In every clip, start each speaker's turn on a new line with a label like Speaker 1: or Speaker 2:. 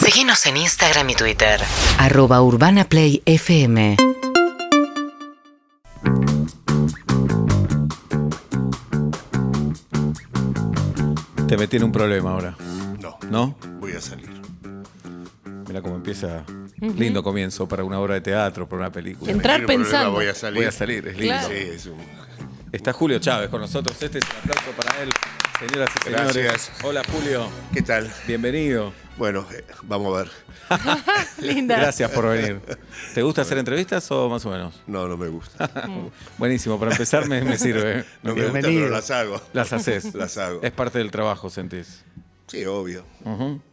Speaker 1: Seguinos en Instagram y Twitter.
Speaker 2: arroba urbanaplayfm
Speaker 3: Te metí en un problema ahora,
Speaker 4: No,
Speaker 3: ¿no?
Speaker 4: voy a salir.
Speaker 3: Mira cómo empieza. Lindo comienzo para una obra de teatro, para una película.
Speaker 5: Entra- Entrar
Speaker 4: Quiero volver,
Speaker 5: pensando.
Speaker 4: Voy a salir.
Speaker 3: Voy a salir, es lindo.
Speaker 5: Claro.
Speaker 4: Sí, es un-
Speaker 3: Está Julio Chávez con nosotros. Este es un aplauso para él, señoras y señores.
Speaker 4: Gracias.
Speaker 3: Hola, Julio.
Speaker 4: ¿Qué tal?
Speaker 3: Bienvenido.
Speaker 4: Bueno, eh, vamos a ver.
Speaker 5: Linda.
Speaker 3: Gracias por venir. ¿Te gusta hacer entrevistas o más o menos?
Speaker 4: No, no me gusta.
Speaker 3: Buenísimo, para empezar me, me sirve.
Speaker 4: No me gusta,
Speaker 6: Bienvenido.
Speaker 4: pero las hago.
Speaker 3: Las haces.
Speaker 4: Las hago.
Speaker 3: Es parte del trabajo, sentís.
Speaker 4: Sí, obvio.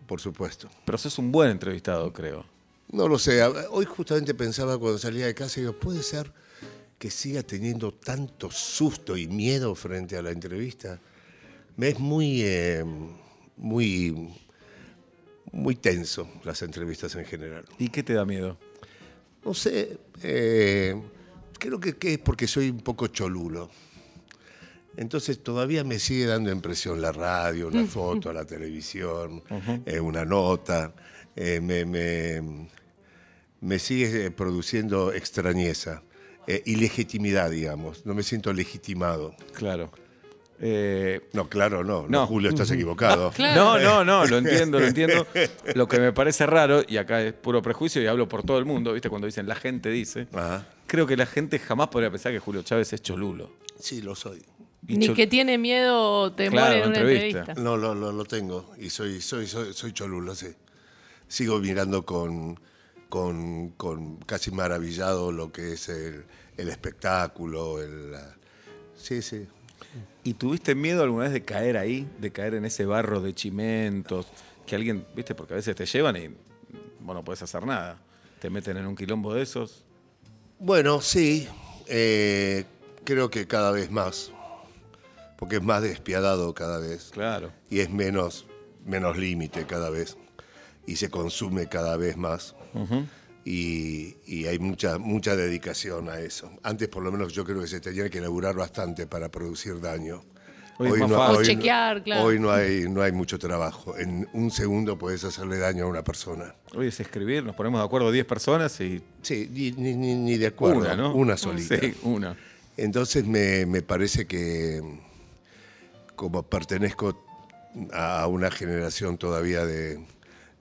Speaker 4: Por supuesto.
Speaker 3: Pero sos un buen entrevistado, creo.
Speaker 4: No lo sé. a- Hoy justamente pensaba cuando salía de casa, digo, ¿puede ser que siga teniendo tanto susto y miedo frente a la entrevista? Me es muy, eh, muy, muy tenso las entrevistas en general.
Speaker 3: ¿Y qué te da miedo?
Speaker 4: No sé, eh, creo que, que es porque soy un poco cholulo. Entonces todavía me sigue dando impresión la radio, una foto, la televisión, eh, una nota. eh, me, me- me sigue eh, produciendo extrañeza eh, y legitimidad, digamos. No me siento legitimado.
Speaker 3: Claro. Eh,
Speaker 4: No, claro, no. No,
Speaker 3: No.
Speaker 4: Julio, estás equivocado.
Speaker 3: No, no, no, lo entiendo, lo entiendo. Lo que me parece raro, y acá es puro prejuicio y hablo por todo el mundo, ¿viste? Cuando dicen la gente dice,
Speaker 4: Ajá.
Speaker 3: creo que la gente jamás podría pensar que Julio Chávez es cholulo.
Speaker 4: Sí, lo soy.
Speaker 3: Y
Speaker 5: Ni
Speaker 3: chol-
Speaker 5: que tiene miedo o temor
Speaker 3: Claro,
Speaker 5: en una
Speaker 3: entrevista.
Speaker 5: entrevista.
Speaker 4: No, no, no, lo tengo. Y soy, soy, soy, soy cholulo, sí. Sigo mirando con, con, con casi maravillado lo que es el, el espectáculo. El, la- sí, sí.
Speaker 3: ¿Y tuviste miedo alguna vez de caer ahí, de caer en ese barro de chimentos? Que alguien, ¿viste? Porque a veces te llevan y vos no podés hacer nada. Te meten en un quilombo de esos.
Speaker 4: Bueno, sí. eh, creo que cada vez más. Porque es más despiadado cada vez.
Speaker 3: Claro.
Speaker 4: Y es menos, menos límite cada vez. Y se consume cada vez más. y, y hay mucha, mucha dedicación a eso. Antes, por lo menos, yo creo que se tenía que laburar bastante para producir daño.
Speaker 3: Hoy es más fácil.
Speaker 5: O chequear, claro.
Speaker 4: hoy no hay, no hay mucho trabajo. En un segundo puedes hacerle daño a una persona.
Speaker 3: Hoy es escribir, nos ponemos de acuerdo 10 personas y
Speaker 4: Sí, ni, ni- ni- ni de acuerdo.
Speaker 3: una, ¿no?
Speaker 4: Una solita.
Speaker 3: Sí, una.
Speaker 4: Entonces me, me parece que como pertenezco a una generación todavía de,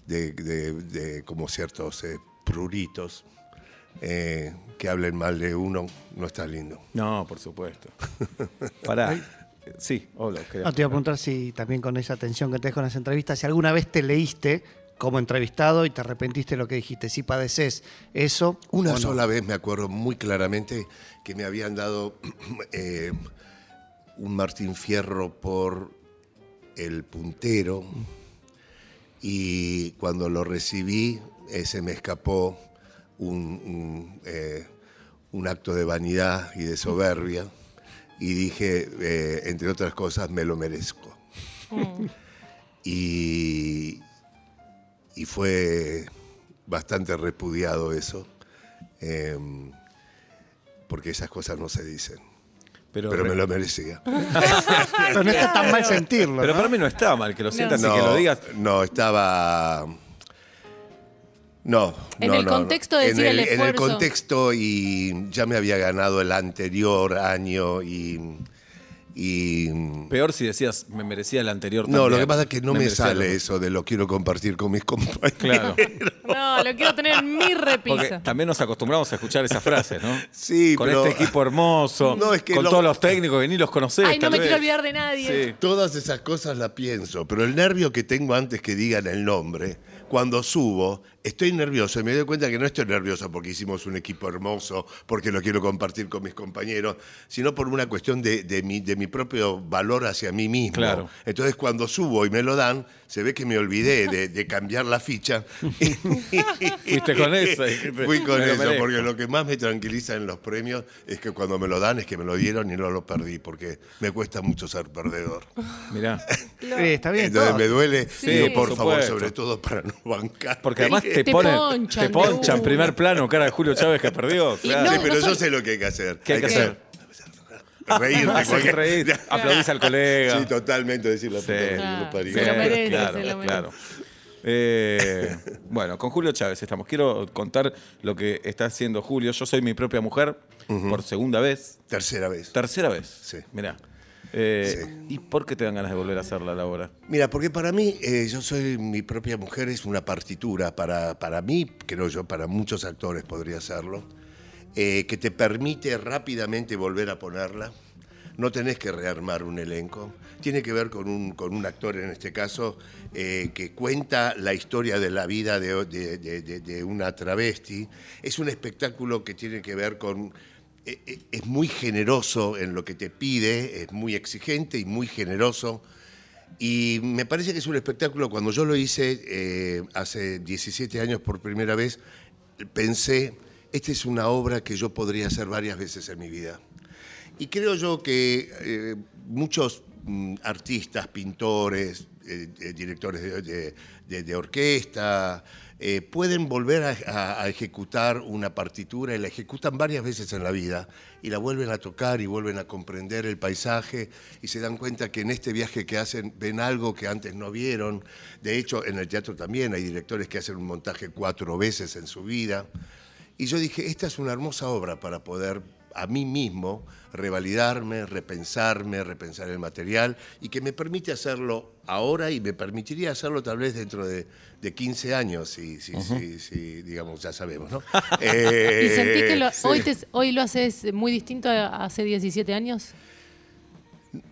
Speaker 4: de- de- de como ciertos eh, pruritos eh, que hablen mal de uno, no está lindo.
Speaker 3: No, por supuesto. Pará. Sí, hola. ¿qué?
Speaker 6: No, Ah, te iba a preguntar si también con esa atención que tenés con las entrevistas, si alguna vez te leíste como entrevistado y te arrepentiste de lo que dijiste, si padeces eso. o
Speaker 4: Una
Speaker 6: no.
Speaker 4: sola vez me acuerdo muy claramente que me habían dado eh, un Martín Fierro por el puntero y cuando lo recibí eh, se me escapó un, un, eh, un acto de vanidad y de soberbia y dije, eh, entre otras cosas, me lo merezco. y, y fue bastante repudiado eso, em, porque esas cosas no se dicen.
Speaker 3: Pero,
Speaker 4: Pero me lo merecía.
Speaker 6: Pero no está tan mal sentirlo.
Speaker 3: Pero
Speaker 6: ¿no?
Speaker 3: para mí no está mal que lo sientas
Speaker 4: no,
Speaker 3: y que lo digas.
Speaker 4: No, estaba. No.
Speaker 5: En
Speaker 4: no,
Speaker 5: el
Speaker 4: no, no.
Speaker 5: contexto de decir el
Speaker 4: En el
Speaker 5: esfuerzo.
Speaker 4: contexto y ya me había ganado el anterior año y. y-
Speaker 3: Peor si decías, me merecía el anterior.
Speaker 4: no,
Speaker 3: también.
Speaker 4: lo que pasa es que no me,
Speaker 3: merecía
Speaker 4: sale
Speaker 3: el-
Speaker 4: eso de lo quiero compartir con mis compañeros.
Speaker 3: Claro.
Speaker 5: No, lo quiero tener en mi
Speaker 3: Porque
Speaker 5: repisa.
Speaker 3: también nos acostumbramos a escuchar esas frases, ¿no?
Speaker 4: Sí,
Speaker 3: Con
Speaker 4: pero-
Speaker 3: este equipo hermoso,
Speaker 4: No, es que
Speaker 3: con
Speaker 4: lo-
Speaker 3: todos los técnicos que ni los conocés.
Speaker 5: Ay, no
Speaker 3: tal
Speaker 5: me
Speaker 3: vez.
Speaker 5: quiero olvidar de nadie.
Speaker 3: Sí.
Speaker 4: Todas esas cosas las pienso, pero el nervio que tengo antes que digan el nombre, cuando subo, estoy nervioso y me doy cuenta que no estoy nervioso porque hicimos un equipo hermoso, porque lo quiero compartir con mis compañeros, sino por una cuestión de, de mi, de mi propio valor hacia mí mismo.
Speaker 3: Claro.
Speaker 4: Entonces cuando subo y me lo dan, se ve que me olvidé de, de cambiar la ficha.
Speaker 3: Fuiste con eso. dijiste,
Speaker 4: Fui con
Speaker 3: "Me lo
Speaker 4: eso,
Speaker 3: merezco".
Speaker 4: porque lo que más me tranquiliza en los premios es que cuando me lo dan es que me lo dieron y no lo perdí, porque me cuesta mucho ser perdedor.
Speaker 3: Mirá.
Speaker 6: Sí, está bien.
Speaker 4: Entonces
Speaker 6: todo.
Speaker 4: me duele,
Speaker 5: Sí,
Speaker 4: digo, por
Speaker 3: por
Speaker 4: favor,
Speaker 3: supuesto.
Speaker 4: sobre todo para no bancar.
Speaker 3: Porque además
Speaker 5: Y
Speaker 3: te,
Speaker 5: te
Speaker 3: ponen.
Speaker 5: ponchan
Speaker 3: te ponchan
Speaker 5: de una.
Speaker 3: primer plano, cara de Julio Chávez que perdió.
Speaker 5: Y
Speaker 3: claro.
Speaker 4: Sí,
Speaker 5: no-
Speaker 4: pero
Speaker 5: no
Speaker 4: yo
Speaker 5: soy-
Speaker 4: sé lo que hay que hacer.
Speaker 3: ¿Qué hay que hacer?
Speaker 4: Reírte.
Speaker 3: Haces
Speaker 4: cualquier-
Speaker 3: reír, aplaudís al colega.
Speaker 4: Sí, totalmente, decir la puta
Speaker 3: Sí.
Speaker 4: que me lo parió.
Speaker 5: Se lo merece,
Speaker 3: Eh, claro,
Speaker 5: se lo merece.
Speaker 3: claro. Eh, bueno, con Julio Chávez estamos. Quiero contar lo que está haciendo Julio. Yo soy mi propia mujer por segunda vez.
Speaker 4: Tercera vez.
Speaker 3: Tercera vez.
Speaker 4: Sí.
Speaker 3: Mirá. Eh, ¿Y por qué te dan ganas de volver a hacerla, Laura?
Speaker 4: Mira, porque para mí, eh, yo soy mi propia mujer, es una partitura. Para, para mí, creo yo, para muchos actores podría serlo, eh, que te permite rápidamente volver a ponerla. No tenés que rearmar un elenco. Tiene que ver con un, con un actor, en este caso, eh, que cuenta la historia de la vida de, de- de- de- de una travesti. Es un espectáculo que tiene que ver con e- e- es muy generoso en lo que te pide, es muy exigente y muy generoso. Y me parece que es un espectáculo, cuando yo lo hice eh, hace 17 años por primera vez, pensé, esta es una obra que yo podría hacer varias veces en mi vida. Y creo yo que eh, muchos mm, artistas, pintores, eh, eh, directores de, de- de- de orquesta, eh, pueden volver a, a- a ejecutar una partitura y la ejecutan varias veces en la vida y la vuelven a tocar y vuelven a comprender el paisaje y se dan cuenta que en este viaje que hacen ven algo que antes no vieron. De hecho, en el teatro también hay directores que hacen un montaje cuatro veces en su vida. Y yo dije, esta es una hermosa obra para poder a mí mismo revalidarme, repensarme, repensar el material y que me permite hacerlo ahora y me permitiría hacerlo tal vez dentro de, de 15 años, si, si, si- si, digamos, ya sabemos, ¿no? Eh,
Speaker 5: ¿Y sentís que lo-
Speaker 4: sí.
Speaker 5: hoy, te- hoy lo haces muy distinto a hace 17 años?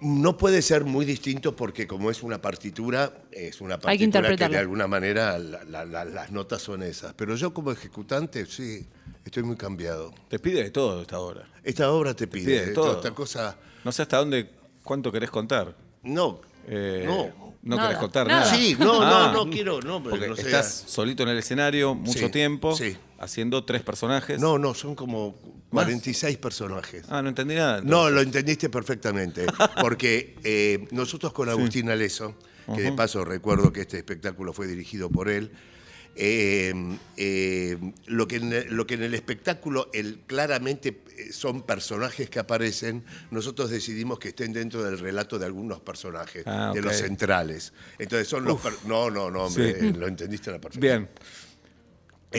Speaker 4: No puede ser muy distinto porque como es una partitura, es una partitura
Speaker 5: Hay que interpretarla.
Speaker 4: de alguna manera la- la- la- las notas son esas. Pero yo como ejecutante, sí, estoy muy cambiado.
Speaker 3: Te pide de todo esta hora.
Speaker 4: Esta obra te pide,
Speaker 3: pide de
Speaker 4: esto-
Speaker 3: todo.
Speaker 4: esta cosa...
Speaker 3: No sé hasta dónde, cuánto querés contar.
Speaker 4: No,
Speaker 3: Eh,
Speaker 4: no.
Speaker 3: No
Speaker 5: Nada,
Speaker 3: querés contar nada.
Speaker 5: nada.
Speaker 4: Sí, no,
Speaker 3: Ah.
Speaker 4: no, no quiero, no, pero
Speaker 3: Porque
Speaker 4: no sea-
Speaker 3: estás solito en el escenario mucho
Speaker 4: Sí,
Speaker 3: tiempo,
Speaker 4: sí.
Speaker 3: haciendo tres personajes.
Speaker 4: No, no, son como 46 personajes.
Speaker 3: Ah, no entendí nada.
Speaker 4: No, lo entendiste perfectamente, porque eh, nosotros con Agustín Aleso, que de paso recuerdo que este espectáculo fue dirigido por él, eh, eh, lo, que en, el- lo que en el espectáculo el, claramente eh, son personajes que aparecen, nosotros decidimos que estén dentro del relato de algunos personajes,
Speaker 3: Ah,
Speaker 4: de los
Speaker 3: ok.
Speaker 4: centrales. Entonces son los... per- no, no, no, hombre,
Speaker 3: Sí.
Speaker 4: eh, lo entendiste a la perfección.
Speaker 3: Bien.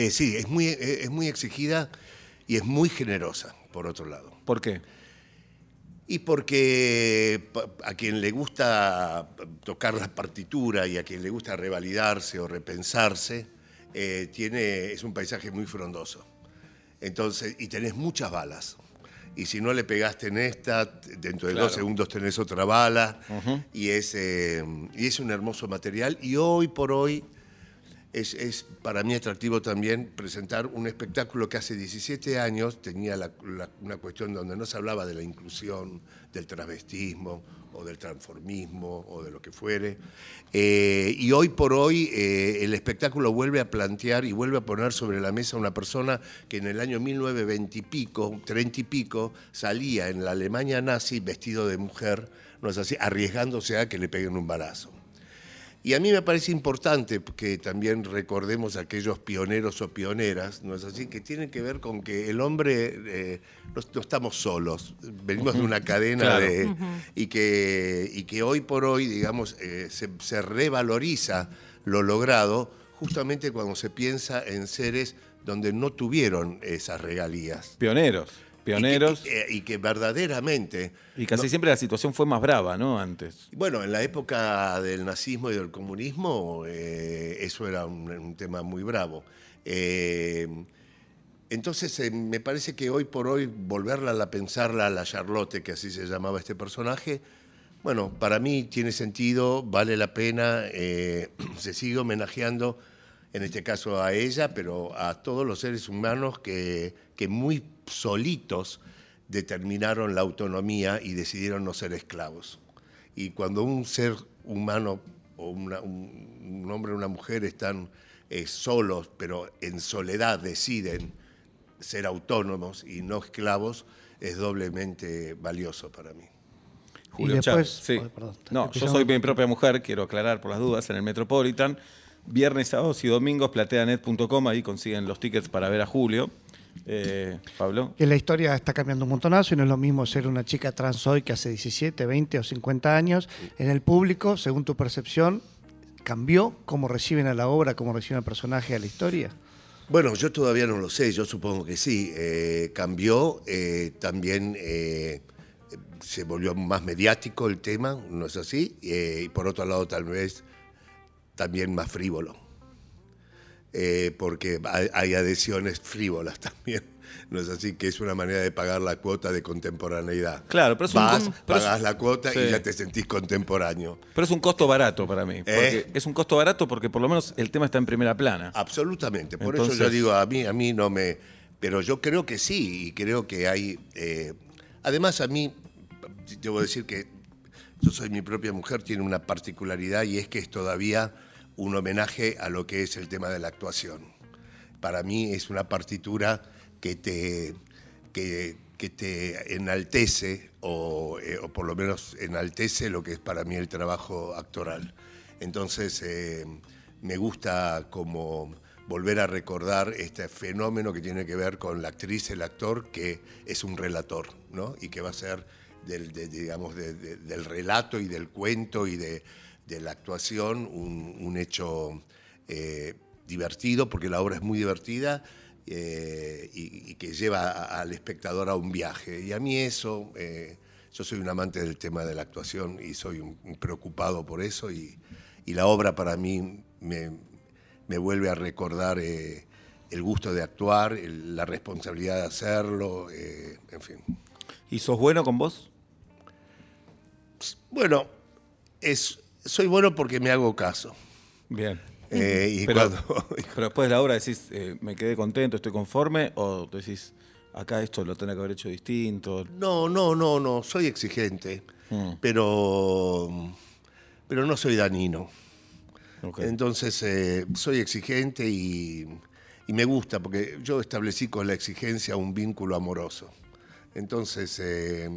Speaker 4: Eh, sí, es muy, eh, es muy exigida y es muy generosa, por otro lado.
Speaker 3: ¿Por qué?
Speaker 4: Y porque pa- a quien le gusta tocar la partitura y a quien le gusta revalidarse o repensarse, eh, tiene, es un paisaje muy frondoso. Entonces, y tenés muchas balas. Y si no le pegaste en esta, t- dentro de dos
Speaker 3: Claro.
Speaker 4: segundos tenés otra bala. y, es, eh, y es un hermoso material. Y hoy por hoy es, es para mí atractivo también presentar un espectáculo que hace 17 años tenía la- la- una cuestión donde no se hablaba de la inclusión, del travestismo o del transformismo o de lo que fuere. Eh, y hoy por hoy eh, el espectáculo vuelve a plantear y vuelve a poner sobre la mesa una persona que en el año 1920 y pico, 30 y pico, salía en la Alemania nazi vestido de mujer, no es así, arriesgándose a que le peguen un balazo. Y a mí me parece importante que también recordemos a aquellos pioneros o pioneras, ¿no es así? Que tienen que ver con que el hombre, eh, no, no estamos solos, venimos de una cadena
Speaker 3: Claro.
Speaker 4: de... Y, que, y que hoy por hoy, digamos, eh, se, se revaloriza lo logrado justamente cuando se piensa en seres donde no tuvieron esas regalías.
Speaker 3: Pioneros. Pioneros.
Speaker 4: Y que, y- eh, y que verdaderamente
Speaker 3: Y casi siempre la situación fue más brava, ¿no? Antes.
Speaker 4: Bueno, en la época del nazismo y del comunismo eh, eso era un, un tema muy bravo. Eh, entonces eh, me parece que hoy por hoy volverla a la- pensarla a la Charlotte, que así se llamaba este personaje, bueno, para mí tiene sentido, vale la pena, eh, se sigue homenajeando, en este caso a ella, pero a todos los seres humanos que, que muy solitos determinaron la autonomía y decidieron no ser esclavos. Y cuando un ser humano o una- un, un hombre o una mujer están eh, solos, pero en soledad deciden ser autónomos y no esclavos, es doblemente valioso para mí.
Speaker 3: Julio
Speaker 6: después-
Speaker 3: Chávez. Sí.
Speaker 6: Ay, perdón.
Speaker 3: no, yo
Speaker 6: Empezamos-
Speaker 3: soy mi propia mujer, quiero aclarar por las dudas, en el Metropolitan. Viernes, sábados y domingos, plateanet.com, ahí consiguen los tickets para ver a Julio. Eh, Pablo.
Speaker 6: Que la historia está cambiando un montonazo y no es lo mismo ser una chica trans hoy que hace 17, 20 o 50 años. En el público, según tu percepción, ¿Cambió cómo reciben a la obra, cómo reciben al personaje, a la historia?
Speaker 4: Bueno, yo todavía no lo sé, yo supongo que sí. Eh, cambió, eh, también eh, se volvió más mediático el tema, ¿no es así? Eh, y por otro lado, tal vez también más frívolo. Eh, porque hay, hay adhesiones frívolas también, ¿no es así? Que es una manera de pagar la cuota de contemporaneidad.
Speaker 3: Claro, pero es un
Speaker 4: Vas,
Speaker 3: con- pero es-
Speaker 4: pagás la cuota
Speaker 3: Sí.
Speaker 4: y ya te sentís contemporáneo.
Speaker 3: Pero es un costo barato para mí. porque
Speaker 4: ¿Eh?
Speaker 3: Es un costo barato porque por lo menos el tema está en primera plana.
Speaker 4: Ah. Absolutamente. Por
Speaker 3: Entonces-
Speaker 4: eso yo digo, a mí, a mí no me. Pero yo creo que sí, y creo que hay. eh, además, a mí, debo decir que yo soy mi propia mujer, tiene una particularidad y es que es todavía un homenaje a lo que es el tema de la actuación. Para mí es una partitura que te, que, que te enaltece, o, eh, o por lo menos enaltece lo que es para mí el trabajo actoral. Entonces, eh, me gusta como volver a recordar este fenómeno que tiene que ver con la actriz, el actor, que es un relator, ¿no? Y que va a ser del, de- digamos, de- de- del relato y del cuento y de, de la actuación un, un hecho eh, divertido, porque la obra es muy divertida eh, y, y que lleva a- al espectador a un viaje. Y a mí eso, eh, yo soy un amante del tema de la actuación y soy un, un preocupado por eso y, y la obra para mí me, me vuelve a recordar eh, el gusto de actuar, el- la responsabilidad de hacerlo, eh, en fin.
Speaker 3: ¿Y sos bueno con vos?
Speaker 4: Bueno, es, soy bueno porque me hago caso.
Speaker 3: Bien.
Speaker 4: Eh, y
Speaker 3: Pero,
Speaker 4: cuando-
Speaker 3: pero después de la obra decís, eh, me quedé contento, estoy conforme, o decís, acá esto lo tenía que haber hecho distinto.
Speaker 4: No, no, no, no, soy exigente,
Speaker 3: Mm.
Speaker 4: pero, pero no soy danino.
Speaker 3: Ok.
Speaker 4: Entonces, eh, soy exigente y, y me gusta, porque yo establecí con la exigencia un vínculo amoroso. Entonces, eh,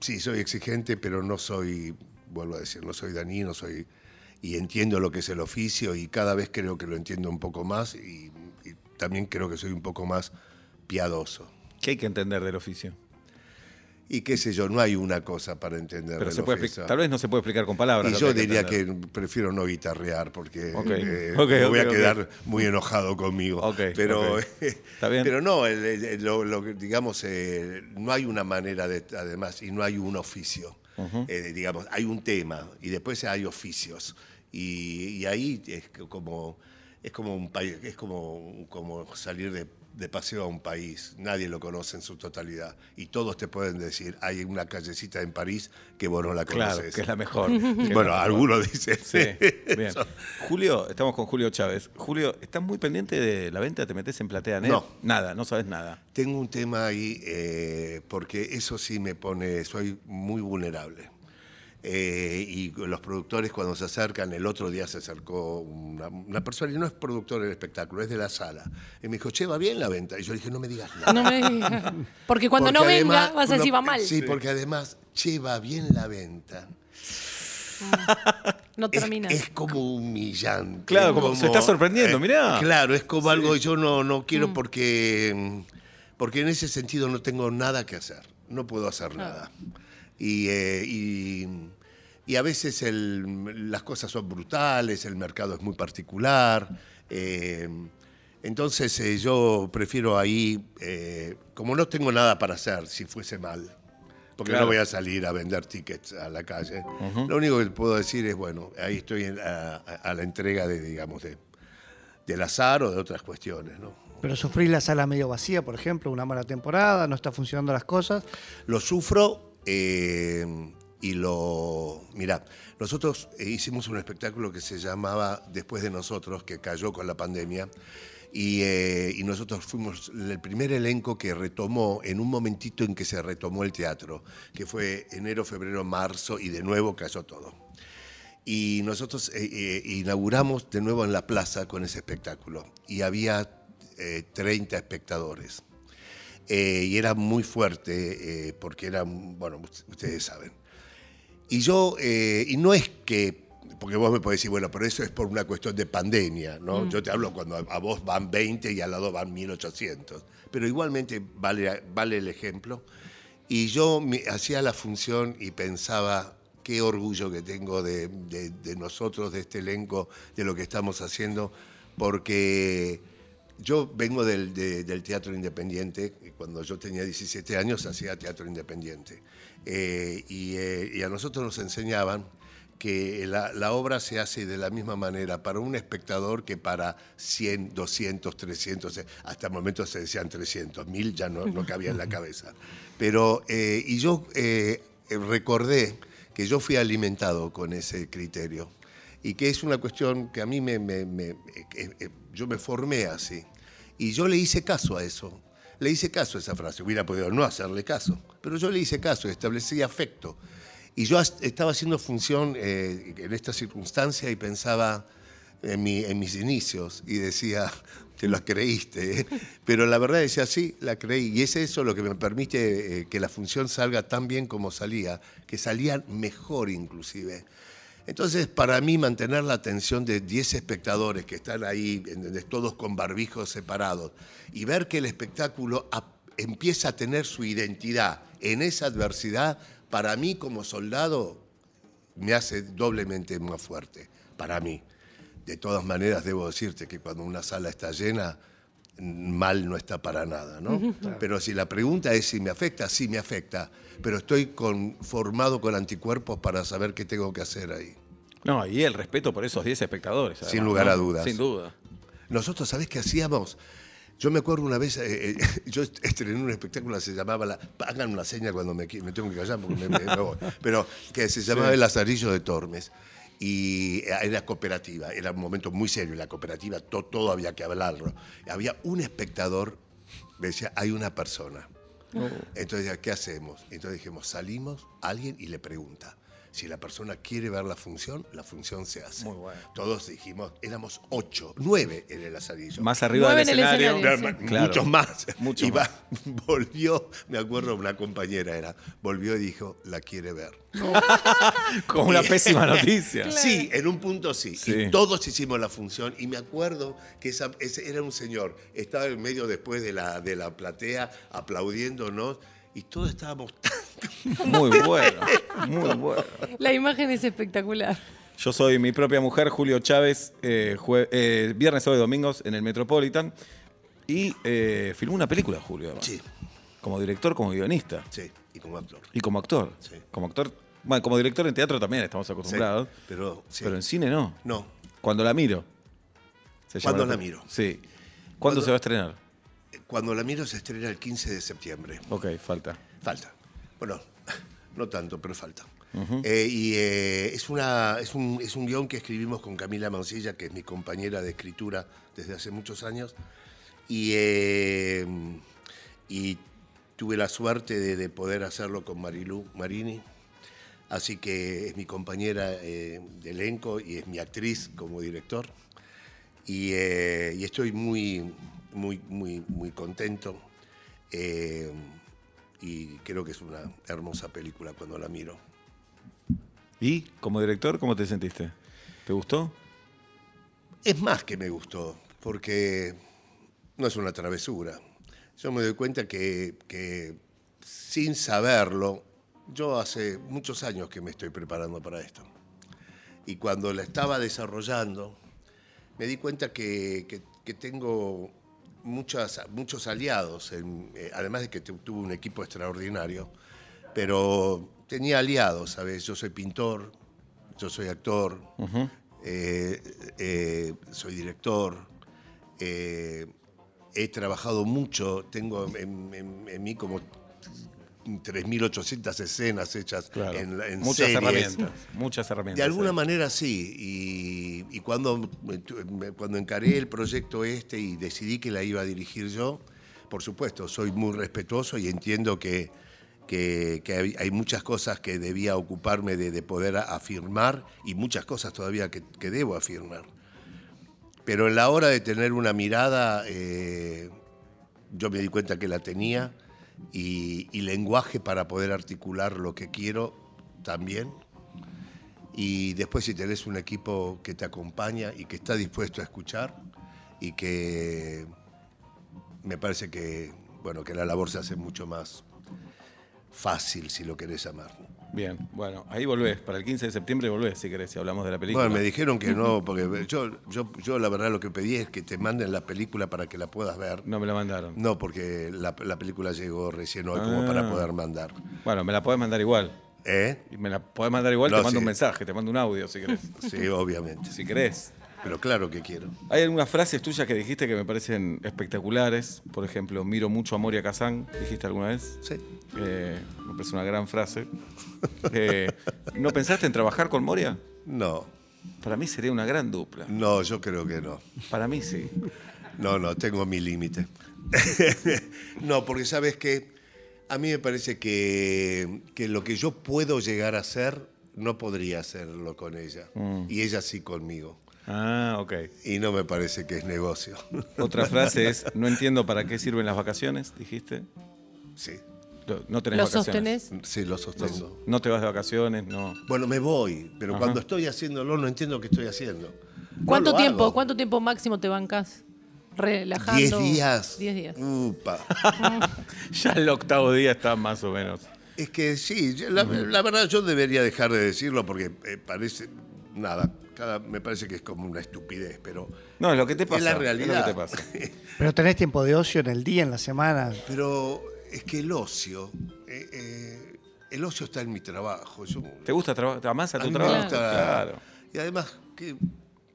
Speaker 4: sí, soy exigente, pero no soy, vuelvo a decir, no soy danino, soy, y entiendo lo que es el oficio y cada vez creo que lo entiendo un poco más y, y también creo que soy un poco más piadoso.
Speaker 3: ¿Qué hay que entender del oficio?
Speaker 4: Y qué sé yo, no hay una cosa para entender.
Speaker 3: Pero
Speaker 4: del
Speaker 3: se puede
Speaker 4: oficio.
Speaker 3: expli- tal vez no se puede explicar con palabras.
Speaker 4: Y
Speaker 3: lo
Speaker 4: yo
Speaker 3: hay
Speaker 4: diría que
Speaker 3: entender.
Speaker 4: prefiero no guitarrear porque
Speaker 3: Ok,
Speaker 4: eh,
Speaker 3: ok,
Speaker 4: me
Speaker 3: ok,
Speaker 4: voy a
Speaker 3: ok.
Speaker 4: quedar muy enojado conmigo.
Speaker 3: Ok,
Speaker 4: pero, eh,
Speaker 3: ok. Está bien.
Speaker 4: pero no, el- el- el- lo, lo que, digamos, eh, no hay una manera de, además, y no hay un oficio. Eh, digamos, hay un tema y después hay oficios. Y, y ahí es que como es como un país, es como, como salir de, de paseo a un país. Nadie lo conoce en su totalidad. Y todos te pueden decir, hay una callecita en París que vos no la
Speaker 3: Claro,
Speaker 4: conoces.
Speaker 3: que es la mejor. Que es la
Speaker 4: Bueno,
Speaker 3: mejor.
Speaker 4: algunos dicen.
Speaker 3: Sí, bien. Julio, estamos con Julio Chávez. Julio, ¿estás muy pendiente de la venta? ¿Te metes en Platea Net?
Speaker 4: No.
Speaker 3: Nada, no sabes nada.
Speaker 4: Tengo un tema ahí eh, porque eso sí me pone, soy muy vulnerable. Eh, y los productores cuando se acercan, el otro día se acercó una, una persona y no es productor del espectáculo, es de la sala. Y me dijo, che, va bien la venta. Y yo le dije, no me digas nada.
Speaker 5: No me digas. Porque cuando
Speaker 4: Porque
Speaker 5: no venga,
Speaker 4: además-
Speaker 5: vas a decir
Speaker 4: no,
Speaker 5: va mal.
Speaker 4: Sí, porque además, che, va bien la venta.
Speaker 5: No
Speaker 4: Es,
Speaker 5: termina.
Speaker 4: es como humillante.
Speaker 3: Claro,
Speaker 4: es
Speaker 3: como se está sorprendiendo, mirá.
Speaker 4: Claro, es como algo que yo no, no quiero porque, porque en ese sentido no tengo nada que hacer. No puedo hacer nada. Y, eh, y, y a veces el- las cosas son brutales, el mercado es muy particular. eh, entonces eh, yo prefiero ahí, eh, como no tengo nada para hacer, si fuese mal, porque
Speaker 3: Claro.
Speaker 4: no voy a salir a vender tickets a la calle. Lo único que puedo decir es, bueno, ahí estoy en- a, a la entrega de, digamos, de, del azar o de otras cuestiones, ¿no?
Speaker 6: Pero sufrí la sala medio vacía, por ejemplo, una mala temporada, no está funcionando las cosas.
Speaker 4: Lo sufro eh, y lo... Mirá, nosotros eh, hicimos un espectáculo que se llamaba Después de nosotros, que cayó con la pandemia, y, eh, y nosotros fuimos el primer elenco que retomó en un momentito en que se retomó el teatro, que fue enero, febrero, marzo, y de nuevo cayó todo. Y nosotros eh, eh, inauguramos de nuevo en la plaza con ese espectáculo. Y había eh, 30 espectadores. Eh, y era muy fuerte eh, porque era, bueno, ust- ustedes saben. Y yo, eh, y no es que, porque vos me podés decir, bueno, pero eso es por una cuestión de pandemia, ¿no? Yo te hablo cuando a, a vos van 20 y al lado van 1800, pero igualmente vale, vale el ejemplo. Y yo me- hacía la función y pensaba, qué orgullo que tengo de, de- de nosotros, de este elenco, de lo que estamos haciendo, porque yo vengo del, de- del teatro independiente, y cuando yo tenía 17 años hacía teatro independiente, Eh, y, eh, y a nosotros nos enseñaban que la, la obra se hace de la misma manera para un espectador que para 100, 200, 300, eh, hasta el momento se decían 300, 1000 ya no, no cabía en la cabeza. Pero, eh, y yo eh, recordé que yo fui alimentado con ese criterio y que es una cuestión que a mí me, me- me- eh, eh, eh, yo me formé así. Y yo le hice caso a eso. Le hice caso a esa frase. Hubiera podido no hacerle caso. Pero yo le hice caso, establecí afecto. Y yo as- estaba haciendo función eh, en esta circunstancia y pensaba en, mi- en mis inicios y decía, te la creíste. ¿eh?". Pero la verdad decía, sí, la creí. Y es eso lo que me permite eh, que la función salga tan bien como salía, que salía mejor inclusive. Entonces, para mí, mantener la atención de 10 espectadores que están ahí, ¿entendés? todos con barbijos separados, y ver que el espectáculo ap- empieza a tener su identidad en esa adversidad, para mí como soldado, me hace doblemente más fuerte, para mí. De todas maneras, debo decirte que cuando una sala está llena, n- mal no está para nada, ¿no? Pero si la pregunta es si me afecta, sí me afecta, pero estoy con- formado con anticuerpos para saber qué tengo que hacer ahí.
Speaker 3: No, y el respeto por esos 10 espectadores.
Speaker 4: Sin
Speaker 3: además,
Speaker 4: lugar
Speaker 3: ¿no?
Speaker 4: a dudas.
Speaker 3: Sin duda.
Speaker 4: Nosotros, ¿sabés qué hacíamos? Yo me acuerdo una vez, eh, eh, yo est- estrené un espectáculo que se llamaba la, Hagan una seña cuando me, qui- me tengo que callar porque me, me- me voy. Pero que se llamaba El Lazarillo de Tormes. Y era cooperativa, era un momento muy serio. La cooperativa, to- todo había que hablarlo. Había un espectador, me decía, hay una persona. Entonces, decía, ¿qué hacemos? Entonces dijimos, salimos a alguien y le pregunta. Si la persona quiere ver la función, la función se hace.
Speaker 3: Muy bueno.
Speaker 4: Todos dijimos, éramos ocho, nueve en el azarillo.
Speaker 3: Más arriba del
Speaker 5: Mueven el
Speaker 3: escenario.
Speaker 5: escenario, sí.
Speaker 3: Claro.
Speaker 4: Muchos más.
Speaker 3: Mucho
Speaker 4: y va-
Speaker 3: más.
Speaker 4: volvió, me acuerdo, una compañera era, volvió y dijo, la quiere ver.
Speaker 3: Como una pésima noticia.
Speaker 4: Sí, en un punto sí.
Speaker 3: Sí.
Speaker 4: Y todos hicimos la función. Y me acuerdo que esa- ese era un señor. Estaba en medio después de la, de la platea aplaudiéndonos. Y todos estábamos tan
Speaker 3: Muy bueno. Muy bueno.
Speaker 5: La imagen es espectacular.
Speaker 3: Yo soy mi propia mujer, Julio Chávez, eh, jue- eh, viernes, sábado y domingos en el Metropolitan. Y eh, filmó una película, Julio. además.
Speaker 4: Sí.
Speaker 3: Como director, como guionista.
Speaker 4: Sí, y como actor.
Speaker 3: Y como actor.
Speaker 4: Sí.
Speaker 3: Como actor. Bueno, como director en teatro también estamos acostumbrados.
Speaker 4: Sí, pero- sí.
Speaker 3: pero en cine no.
Speaker 4: No.
Speaker 3: Cuando la miro. se llama
Speaker 4: Cuando la
Speaker 3: película.
Speaker 4: miro.
Speaker 3: Sí. ¿Cuándo se va a estrenar?
Speaker 4: Cuando la miro se estrena el 15 de septiembre.
Speaker 3: Ok, falta.
Speaker 4: Falta. Bueno, no tanto, pero falta. Eh, y eh, es, una, es, un, es un guión que escribimos con Camila Mancilla, que es mi compañera de escritura desde hace muchos años. Y, eh, y tuve la suerte de, de poder hacerlo con Marilu Marini. Así que es mi compañera eh, de elenco y es mi actriz como director. Y, eh, y estoy muy, muy, muy, muy contento. Eh, y creo que es una hermosa película cuando la miro.
Speaker 3: ¿Y como director, cómo te sentiste? ¿Te gustó?
Speaker 4: Es más que me gustó, porque no es una travesura. Yo me doy cuenta que, que sin saberlo, yo hace muchos años que me estoy preparando para esto. Y cuando la estaba desarrollando, me di cuenta que, que- que tengo muchas, muchos aliados, en- eh, además de que tu- tuve un equipo extraordinario, pero tenía aliados, ¿sabes? Yo soy pintor, yo soy actor, eh, eh, soy director, eh, he trabajado mucho, tengo en, en- en mí como 3.800 escenas hechas en, la- en
Speaker 3: muchas
Speaker 4: series.
Speaker 3: herramientas. Muchas herramientas.
Speaker 4: De alguna
Speaker 3: sí.
Speaker 4: manera sí. Y, y cuando, me tu- me- cuando encaré el proyecto este y decidí que la iba a dirigir yo, por supuesto, soy muy respetuoso y entiendo que, que- que hay, hay muchas cosas que debía ocuparme de, de poder a- afirmar y muchas cosas todavía que, que debo afirmar. Pero en la hora de tener una mirada, eh, yo me di cuenta que la tenía y- y lenguaje para poder articular lo que quiero también. Y después si tenés un equipo que te acompaña y que está dispuesto a escuchar y que me parece que, bueno, que la labor se hace mucho más fácil si lo querés llamar.
Speaker 3: Bien, bueno, ahí volvés. Para el 15 de septiembre volvés, si querés, si hablamos de la película.
Speaker 4: Bueno, me dijeron que no, porque yo, yo, yo la verdad lo que pedí es que te manden la película para que la puedas ver.
Speaker 3: No me la mandaron.
Speaker 4: No, porque la, la película llegó recién hoy como para poder mandar.
Speaker 3: Bueno, me la podés mandar igual.
Speaker 4: ¿Eh?
Speaker 3: Y me la podés mandar igual,
Speaker 4: No,
Speaker 3: te mando
Speaker 4: sí.
Speaker 3: un mensaje, te mando un audio, si querés.
Speaker 4: Sí, obviamente.
Speaker 3: si querés.
Speaker 4: Pero claro que quiero.
Speaker 3: Hay algunas frases tuyas que dijiste que me parecen espectaculares. Por ejemplo, miro mucho a Moria Kazán, dijiste alguna vez.
Speaker 4: Sí.
Speaker 3: Eh, me parece una gran frase. Eh, ¿No pensaste en trabajar con Moria?
Speaker 4: No,
Speaker 3: Para mí sería una gran dupla.
Speaker 4: no, yo creo que no.
Speaker 3: Para mí sí.
Speaker 4: No, no, tengo mi límite. no, porque sabes que a mí me parece que, que lo que yo puedo llegar a hacer, no podría hacerlo con ella. Y ella sí conmigo.
Speaker 3: Ah, ok.
Speaker 4: Y no me parece que es negocio.
Speaker 3: Otra frase es, no entiendo para qué sirven las vacaciones, dijiste.
Speaker 4: sí,
Speaker 3: No- No tenés
Speaker 5: ¿Lo
Speaker 3: vacaciones.
Speaker 5: sostenés?
Speaker 4: sí, lo sostengo.
Speaker 3: No te vas de vacaciones, no.
Speaker 4: Bueno, me voy, pero cuando estoy haciéndolo no entiendo qué estoy haciendo. No
Speaker 5: ¿Cuánto
Speaker 4: lo
Speaker 5: tiempo?
Speaker 4: hago.
Speaker 5: ¿Cuánto tiempo máximo te bancas? Relajando.
Speaker 4: Diez días.
Speaker 5: Diez días.
Speaker 4: Upa.
Speaker 3: Ya el octavo día está más o menos.
Speaker 4: Es que sí, yo- la, la verdad yo debería dejar de decirlo porque eh, parece, nada, cada, me parece que es como una estupidez, pero
Speaker 3: No, es lo que te pasa.
Speaker 4: es la
Speaker 3: lo
Speaker 4: realidad.
Speaker 3: que te pasa.
Speaker 6: Pero tenés tiempo de ocio en el día, en la semana.
Speaker 4: pero es que el ocio, eh, eh, el ocio está en mi trabajo. Yo,
Speaker 3: ¿Te gusta trabajar? ¿Amás a
Speaker 4: a
Speaker 3: tu
Speaker 4: mí me
Speaker 3: trabajo?
Speaker 4: gusta-
Speaker 3: Claro.
Speaker 4: Y además, que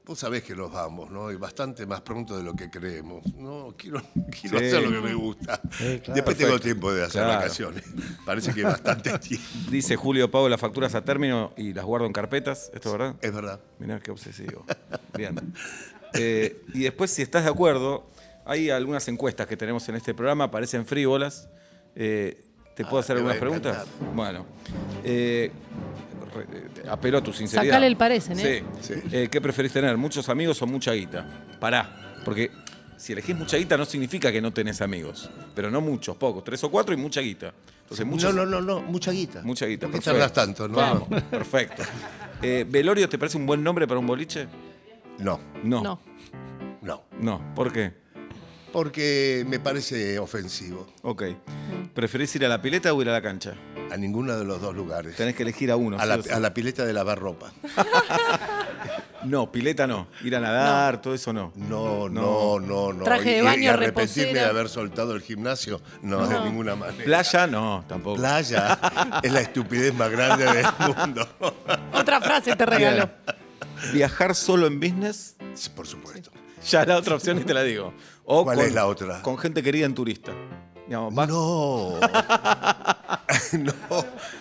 Speaker 4: vos sabés que nos vamos, ¿no? Y bastante más pronto de lo que creemos. No, quiero, quiero
Speaker 3: Sí.
Speaker 4: hacer lo que me gusta.
Speaker 6: claro.
Speaker 4: Después tengo tiempo de hacer
Speaker 3: Claro.
Speaker 4: vacaciones. Parece que bastante tiempo.
Speaker 3: Dice Julio Pago las facturas a término y las guardo en carpetas. ¿Esto es verdad?
Speaker 4: Es verdad.
Speaker 3: Mirá qué obsesivo. Bien. Eh, y después, si estás de acuerdo, hay algunas encuestas que tenemos en este programa, parecen frívolas. Eh, ¿Te puedo
Speaker 4: Ah,
Speaker 3: hacer
Speaker 4: te va a
Speaker 3: algunas preguntas?
Speaker 4: encantar.
Speaker 3: Bueno. Eh, re- eh, apelo a tu sinceridad.
Speaker 5: Sacale el parecen, ¿eh?
Speaker 3: Sí.
Speaker 4: Sí.
Speaker 3: Eh, ¿Qué preferís tener? ¿Muchos amigos o mucha guita? Pará. Porque si elegís mucha guita no significa que no tenés amigos. Pero no muchos, pocos. Tres o cuatro y mucha guita. Entonces, muchos,
Speaker 4: no, no, no, no, mucha guita.
Speaker 3: Mucha guita.
Speaker 4: ¿Por qué
Speaker 3: perfecto.
Speaker 4: tardas tanto? No,
Speaker 3: Vamos,
Speaker 4: no.
Speaker 3: perfecto. Eh, ¿Velorio te parece un buen nombre para un boliche?
Speaker 4: No,
Speaker 3: No.
Speaker 5: No.
Speaker 4: no.
Speaker 3: No, ¿por qué?
Speaker 4: Porque me parece ofensivo.
Speaker 3: Ok. ¿Preferís ir a la pileta o ir a la cancha?
Speaker 4: A ninguno de los dos lugares.
Speaker 3: Tenés que elegir a uno.
Speaker 4: a, la,
Speaker 3: ¿sí o sí?
Speaker 4: a la pileta de lavar ropa.
Speaker 3: No, pileta no. Ir a nadar, todo eso no.
Speaker 4: No,
Speaker 3: No.
Speaker 4: no, no, no.
Speaker 5: Traje de
Speaker 4: Y- y
Speaker 5: baño,
Speaker 4: arrepentirme
Speaker 5: reposera.
Speaker 4: de haber soltado el gimnasio, no, de ninguna manera.
Speaker 3: Playa no, tampoco.
Speaker 4: Playa es la estupidez más grande del mundo.
Speaker 5: Otra frase te regalo.
Speaker 3: Viajar solo en business,
Speaker 4: Sí, Por supuesto.
Speaker 3: ya la otra opción y te la digo. O
Speaker 4: ¿Cuál
Speaker 3: con-
Speaker 4: es la otra?
Speaker 3: Con gente querida en turista. Digamos, vas-
Speaker 4: No. no,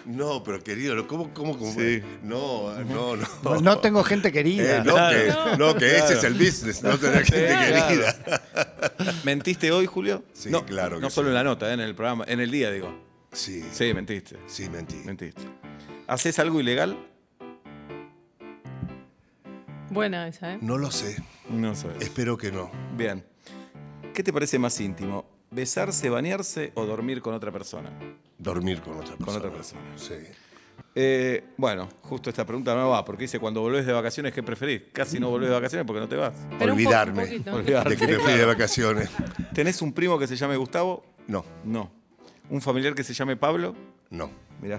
Speaker 4: no, pero querido, ¿cómo, cómo, cómo?
Speaker 3: Sí.
Speaker 4: No, no, no.
Speaker 6: No, no tengo gente querida.
Speaker 4: Eh, no, que, no, que ese es el business, no tener gente
Speaker 3: claro.
Speaker 4: querida.
Speaker 3: ¿Mentiste hoy, Julio?
Speaker 4: Sí,
Speaker 3: no,
Speaker 4: claro que
Speaker 3: No solo en la nota, eh, en el programa, en el día, digo.
Speaker 4: Sí, sí,
Speaker 3: Sí, mentiste.
Speaker 4: mentí.
Speaker 3: Mentiste. ¿Haces algo ilegal?
Speaker 5: Buena esa, ¿eh?
Speaker 4: No lo sé,
Speaker 3: No sabes.
Speaker 4: espero que no.
Speaker 3: Bien. ¿Qué te parece más íntimo? ¿Besarse, bañarse o dormir con otra persona?
Speaker 4: Dormir con otra persona.
Speaker 3: otra persona.
Speaker 4: Sí.
Speaker 3: Eh, bueno, justo esta pregunta no va, porque dice, cuando volvés de vacaciones, ¿qué preferís? Casi no volvés de vacaciones porque no te vas.
Speaker 5: Pero un po-
Speaker 4: Olvidarme.
Speaker 5: un poquito.
Speaker 3: Olvidarte.
Speaker 4: De que me fui de vacaciones.
Speaker 3: ¿Tenés un primo que se llame Gustavo?
Speaker 4: No,
Speaker 3: No. ¿Un familiar que se llame Pablo?
Speaker 4: no.
Speaker 3: Mirá.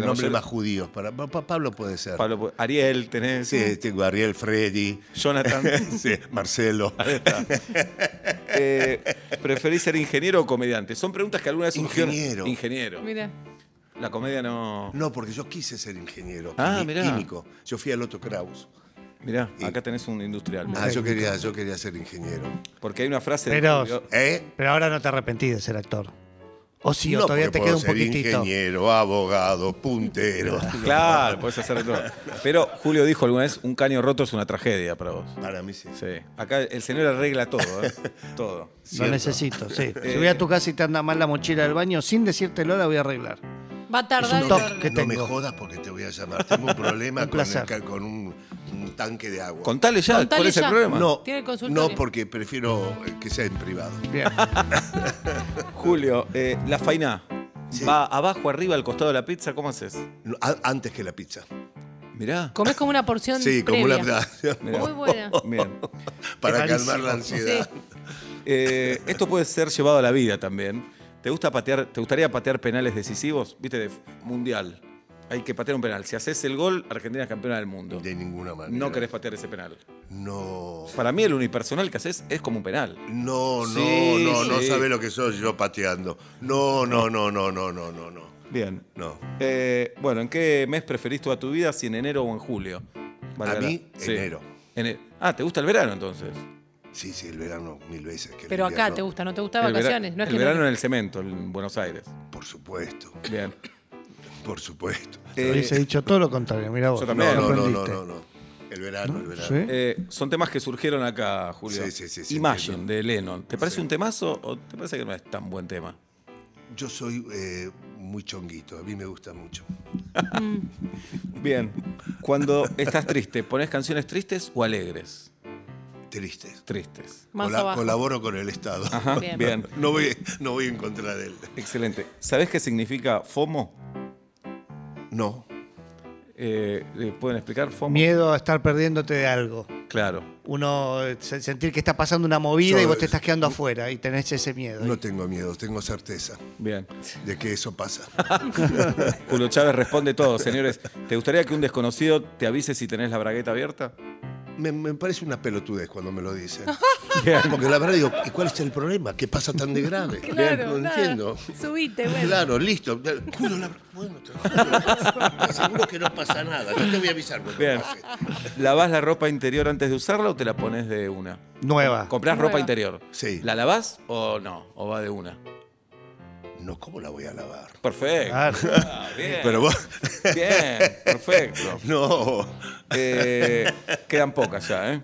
Speaker 3: Porque la
Speaker 4: Nombre
Speaker 3: mayoría-
Speaker 4: más judío. Para, pa- pa- Pablo puede ser.
Speaker 3: Pablo, pues, Ariel, tenés...
Speaker 4: Sí, tengo a Ariel, Freddy,
Speaker 3: Jonathan.
Speaker 4: sí, Marcelo.
Speaker 3: Eh, ¿Preferís ser ingeniero o comediante? Son preguntas que alguna vez surgieron.
Speaker 4: Ingeniero.
Speaker 3: Ingeniero.
Speaker 5: Mira.
Speaker 3: La comedia no...
Speaker 4: No, porque yo quise ser ingeniero
Speaker 3: Ah,
Speaker 4: quimi-
Speaker 3: mirá.
Speaker 4: químico. Yo fui al Otto Kraus.
Speaker 3: Mirá,
Speaker 4: Y-
Speaker 3: acá tenés un industrial.
Speaker 4: Ah, yo quería, yo quería ser ingeniero.
Speaker 3: Porque hay una frase... de
Speaker 6: Pero-
Speaker 3: Julio-
Speaker 4: ¿Eh?
Speaker 6: Pero ahora no te arrepentís de ser actor. O sí, o
Speaker 4: no,
Speaker 6: todavía
Speaker 4: porque
Speaker 6: te queda
Speaker 4: puedo
Speaker 6: un
Speaker 4: ser
Speaker 6: poquitito.
Speaker 4: Ingeniero, abogado, puntero.
Speaker 3: Claro, puedes hacer de todo. Pero Julio dijo alguna vez, un caño roto es una tragedia para vos.
Speaker 4: Para mí sí.
Speaker 3: Sí. Acá el señor arregla todo, ¿eh? Todo.
Speaker 6: Lo necesito, sí. Si voy a tu casa y te anda mal la mochila del baño, sin decírtelo la voy a arreglar.
Speaker 5: Va a tardar.
Speaker 6: un
Speaker 5: en
Speaker 6: top
Speaker 5: darle.
Speaker 6: que
Speaker 4: no me
Speaker 6: tengo.
Speaker 4: jodas porque te voy a llamar. Tengo un problema
Speaker 6: Un
Speaker 4: con, el
Speaker 6: placer.
Speaker 4: ca- con un, un tanque de agua.
Speaker 3: Contale ya,
Speaker 5: Contale
Speaker 3: ¿cuál es el
Speaker 5: ya.
Speaker 3: problema?
Speaker 4: no,
Speaker 5: Tiene el consultorio.
Speaker 4: no, porque prefiero eh, que sea en privado.
Speaker 6: Bien.
Speaker 3: Julio, eh, la fainá.
Speaker 4: Sí.
Speaker 3: ¿Va abajo, arriba, al costado de la pizza? ¿Cómo haces?
Speaker 4: No, a- antes que la pizza.
Speaker 3: Mirá.
Speaker 5: Comés como una porción
Speaker 4: Sí, como una
Speaker 5: previa. Muy buena.
Speaker 3: Bien.
Speaker 4: para
Speaker 6: Clarísimo.
Speaker 4: calmar la ansiedad.
Speaker 3: Eh, esto puede ser llevado a la vida también. ¿Te gusta patear, te gustaría patear penales decisivos? Viste, de f- mundial. hay que patear un penal. Si haces el gol, Argentina es campeona del mundo.
Speaker 4: De ninguna manera.
Speaker 3: No querés patear ese penal.
Speaker 4: No.
Speaker 3: Para mí el unipersonal que haces es como un penal.
Speaker 4: No, no,
Speaker 3: Sí,
Speaker 4: no, no
Speaker 3: sí.
Speaker 4: sabe lo que soy yo pateando. No, no, no, no, no, no, no, no.
Speaker 3: Bien.
Speaker 4: No.
Speaker 3: Eh, bueno, ¿en qué mes preferís toda tu vida? ¿Si en enero o en julio?
Speaker 4: A mí, enero.
Speaker 3: Ene- Ah, ¿te gusta el verano entonces?
Speaker 4: Sí, sí, el verano mil veces. que el
Speaker 5: Pero acá
Speaker 4: invierno.
Speaker 5: te gusta, no te gusta
Speaker 3: El vera-
Speaker 5: vacaciones. no es
Speaker 3: el
Speaker 5: que no-
Speaker 3: verano en el cemento, en Buenos Aires.
Speaker 4: Por supuesto,
Speaker 3: Bien. Eh,
Speaker 4: por supuesto.
Speaker 6: Te hubiese dicho todo lo contrario, mira vos.
Speaker 3: yo
Speaker 4: No,
Speaker 3: también.
Speaker 4: no, no, no,
Speaker 6: aprendiste.
Speaker 4: no, no. El verano, el verano.
Speaker 6: ¿Sí?
Speaker 3: Eh, son temas que surgieron acá, Julio.
Speaker 4: Sí, sí, sí, sí,
Speaker 3: Imagine
Speaker 4: entiendo.
Speaker 3: de Lennon. ¿Te parece un temazo o te parece que no es tan buen tema?
Speaker 4: Yo soy eh, muy chonguito, a mí me gusta mucho.
Speaker 3: Bien. Cuando estás triste, ¿pones canciones tristes o alegres?
Speaker 4: Tristes.
Speaker 3: Tristes.
Speaker 5: Más
Speaker 4: Cola-
Speaker 5: abajo.
Speaker 4: colaboro con el Estado.
Speaker 3: Ajá,
Speaker 5: Bien.
Speaker 3: bien.
Speaker 4: No voy, no voy en contra de él.
Speaker 3: Excelente. ¿Sabés qué significa FOMO?
Speaker 4: No.
Speaker 3: Eh, eh, ¿Pueden explicar FOMO?
Speaker 6: Miedo a estar perdiéndote de algo.
Speaker 3: Claro.
Speaker 6: Uno eh, se- sentir que está pasando una movida
Speaker 4: Yo- eh,
Speaker 6: y vos te estás quedando afuera y tenés ese miedo.
Speaker 4: No tengo miedo, tengo certeza
Speaker 3: Bien.
Speaker 4: de que eso pasa.
Speaker 3: Julio Chávez responde todo, señores. ¿Te gustaría que un desconocido te avise si tenés la bragueta abierta?
Speaker 4: Me, me parece una pelotudez cuando me lo dicen.
Speaker 3: Bien.
Speaker 4: Porque la verdad digo, ¿y cuál es el problema? ¿Qué pasa tan de grave?
Speaker 5: Claro,
Speaker 4: no
Speaker 5: nada.
Speaker 4: entiendo.
Speaker 5: Subite, bueno.
Speaker 4: Claro, listo. Juro la- Bueno, te juro, te aseguro que no pasa nada. Yo te voy a avisar. cuando
Speaker 3: Bien.
Speaker 4: pase.
Speaker 3: ¿Lavás la ropa interior antes de usarla o te la pones de una?
Speaker 6: Nueva.
Speaker 3: ¿Comprás
Speaker 5: Nueva.
Speaker 3: ropa interior?
Speaker 4: Ah. Sí.
Speaker 3: ¿La lavás o no? ¿O va de una?
Speaker 4: No, ¿cómo la voy a lavar?
Speaker 3: Perfecto.
Speaker 6: Claro.
Speaker 3: Ah, bien.
Speaker 4: Pero vos...
Speaker 3: Bien, perfecto.
Speaker 4: No.
Speaker 3: Eh, quedan pocas ya, ¿eh?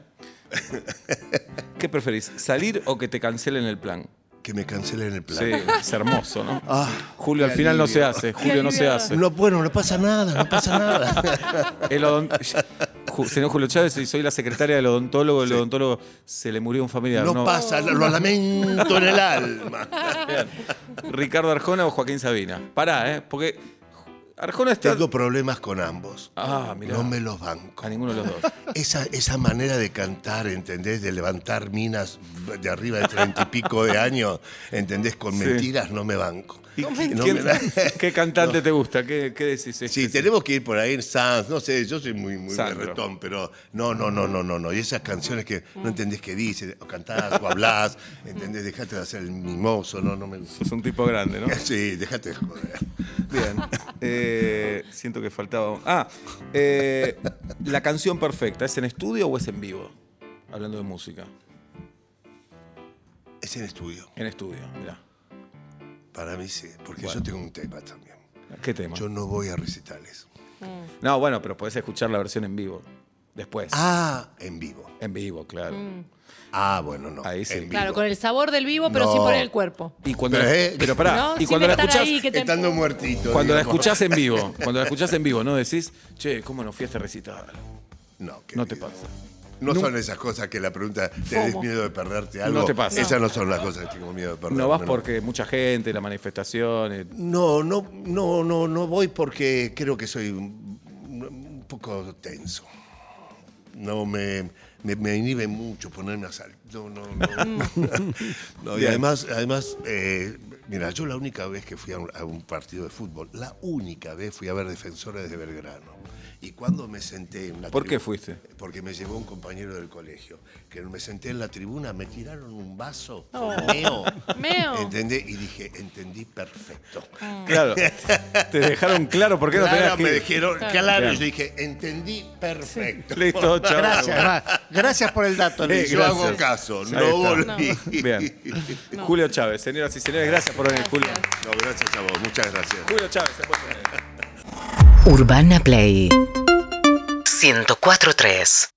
Speaker 3: ¿Qué preferís? ¿Salir o que te cancelen el plan?
Speaker 4: Que me cancelen el plan.
Speaker 3: Sí, es hermoso, ¿no?
Speaker 4: Ah,
Speaker 3: Julio, al
Speaker 4: qué
Speaker 3: final no
Speaker 4: alivio.
Speaker 3: se hace. Julio no se
Speaker 5: alivio.
Speaker 3: hace.
Speaker 4: No, bueno, no pasa nada, no pasa nada.
Speaker 3: El odon- Ju- Señor Julio Chávez, soy- soy la secretaria del odontólogo. El odontólogo se le murió un familiar.
Speaker 4: No pasa, lo lamento en el alma.
Speaker 3: Bien. Ricardo Arjona o Joaquín Sabina. Pará, ¿eh? Porque Arjona está.
Speaker 4: Tengo problemas con ambos.
Speaker 3: Ah, mirá.
Speaker 4: No me los banco.
Speaker 3: A ninguno de los dos.
Speaker 4: Esa, esa manera de cantar, ¿entendés? De levantar minas de arriba de treinta y pico de años, ¿entendés? Con
Speaker 3: Sí.
Speaker 4: mentiras no me banco.
Speaker 3: ¿Y
Speaker 4: No
Speaker 3: quién-
Speaker 4: me da-
Speaker 3: ¿Qué cantante te gusta? ¿Qué, qué decís? este?
Speaker 4: Sí, tenemos que ir por ahí en Sanz, no sé, yo soy muy, muy
Speaker 3: Sandro.
Speaker 4: berretón, pero no, no, no, no, no, no. Y esas canciones que no entendés qué dices, o cantás, o hablás, ¿entendés? Dejate de hacer el mimoso, no, no me gusta.
Speaker 3: Sos un tipo grande, ¿no?
Speaker 4: Sí, dejate de joder.
Speaker 3: Bien. Eh, siento que faltaba. Ah, eh, la canción perfecta, ¿es en estudio o es en vivo? Hablando de música.
Speaker 4: Es en estudio,
Speaker 3: En estudio, mirá.
Speaker 4: para mí sí, porque
Speaker 3: Bueno.
Speaker 4: yo tengo un tema también.
Speaker 3: ¿Qué tema?
Speaker 4: Yo no voy a recitales.
Speaker 3: No, bueno, pero podés escuchar la versión en vivo. Después.
Speaker 4: Ah, en vivo.
Speaker 3: En vivo, claro.
Speaker 5: Mm.
Speaker 4: Ah, bueno, no.
Speaker 3: Ahí sí.
Speaker 4: En vivo.
Speaker 5: Claro, con el sabor del vivo, pero sin
Speaker 4: No.
Speaker 5: poner el cuerpo.
Speaker 3: Y cuando
Speaker 4: Pero,
Speaker 3: la-
Speaker 4: ¿eh?
Speaker 3: pero pará,
Speaker 5: No,
Speaker 3: y
Speaker 5: sin
Speaker 3: cuando la
Speaker 5: estar
Speaker 3: escuchás,
Speaker 5: ahí, que te
Speaker 4: Estando
Speaker 5: empuja.
Speaker 4: muertito.
Speaker 3: cuando la
Speaker 4: digamos.
Speaker 3: escuchás en vivo, cuando la escuchás en vivo, no decís, "Che, ¿cómo no fui a este recital?"
Speaker 4: No, querido.
Speaker 3: No te pasa.
Speaker 4: No son esas cosas que la pregunta, ¿tenés
Speaker 5: Fomo.
Speaker 4: miedo de perderte algo?
Speaker 3: No te pasa.
Speaker 4: Esas no son las cosas que tengo miedo de perderme.
Speaker 3: No vas porque mucha gente, la manifestación, eh,
Speaker 4: No, no, no, no, no voy porque creo que soy un, un poco tenso. No, me, me, me inhibe mucho ponerme a sal. No, no, no. No, y
Speaker 3: Bien.
Speaker 4: además, además eh, mira, yo la única vez que fui a un, a un partido de fútbol, la única vez fui a ver Defensores de Belgrano. Y cuando me senté en la
Speaker 3: ¿Por qué
Speaker 4: tribu-
Speaker 3: fuiste?
Speaker 4: Porque me llevó un compañero del colegio. Que me senté en la tribuna, me tiraron un vaso con meo.
Speaker 5: Meo.
Speaker 4: ¿Entendés? Y dije, entendí perfecto.
Speaker 3: Claro. Te dejaron claro por qué no
Speaker 4: Mm. Claro,
Speaker 3: tenías que
Speaker 4: me
Speaker 3: ir.
Speaker 4: dijeron, claro,
Speaker 3: Bien.
Speaker 4: y yo dije, entendí perfecto.
Speaker 3: Listo, chao.
Speaker 6: Gracias, además, gracias por el dato,
Speaker 4: Y
Speaker 6: Luis.
Speaker 4: yo
Speaker 3: gracias.
Speaker 4: hago caso,
Speaker 3: Ahí
Speaker 4: no
Speaker 3: está.
Speaker 4: volví.
Speaker 3: Bien. Julio Chávez, señoras y señores, gracias por venir, Julio.
Speaker 4: No, gracias a vos, muchas gracias.
Speaker 3: Julio Chávez, se puede venir.
Speaker 2: Urbana Play
Speaker 1: 104.3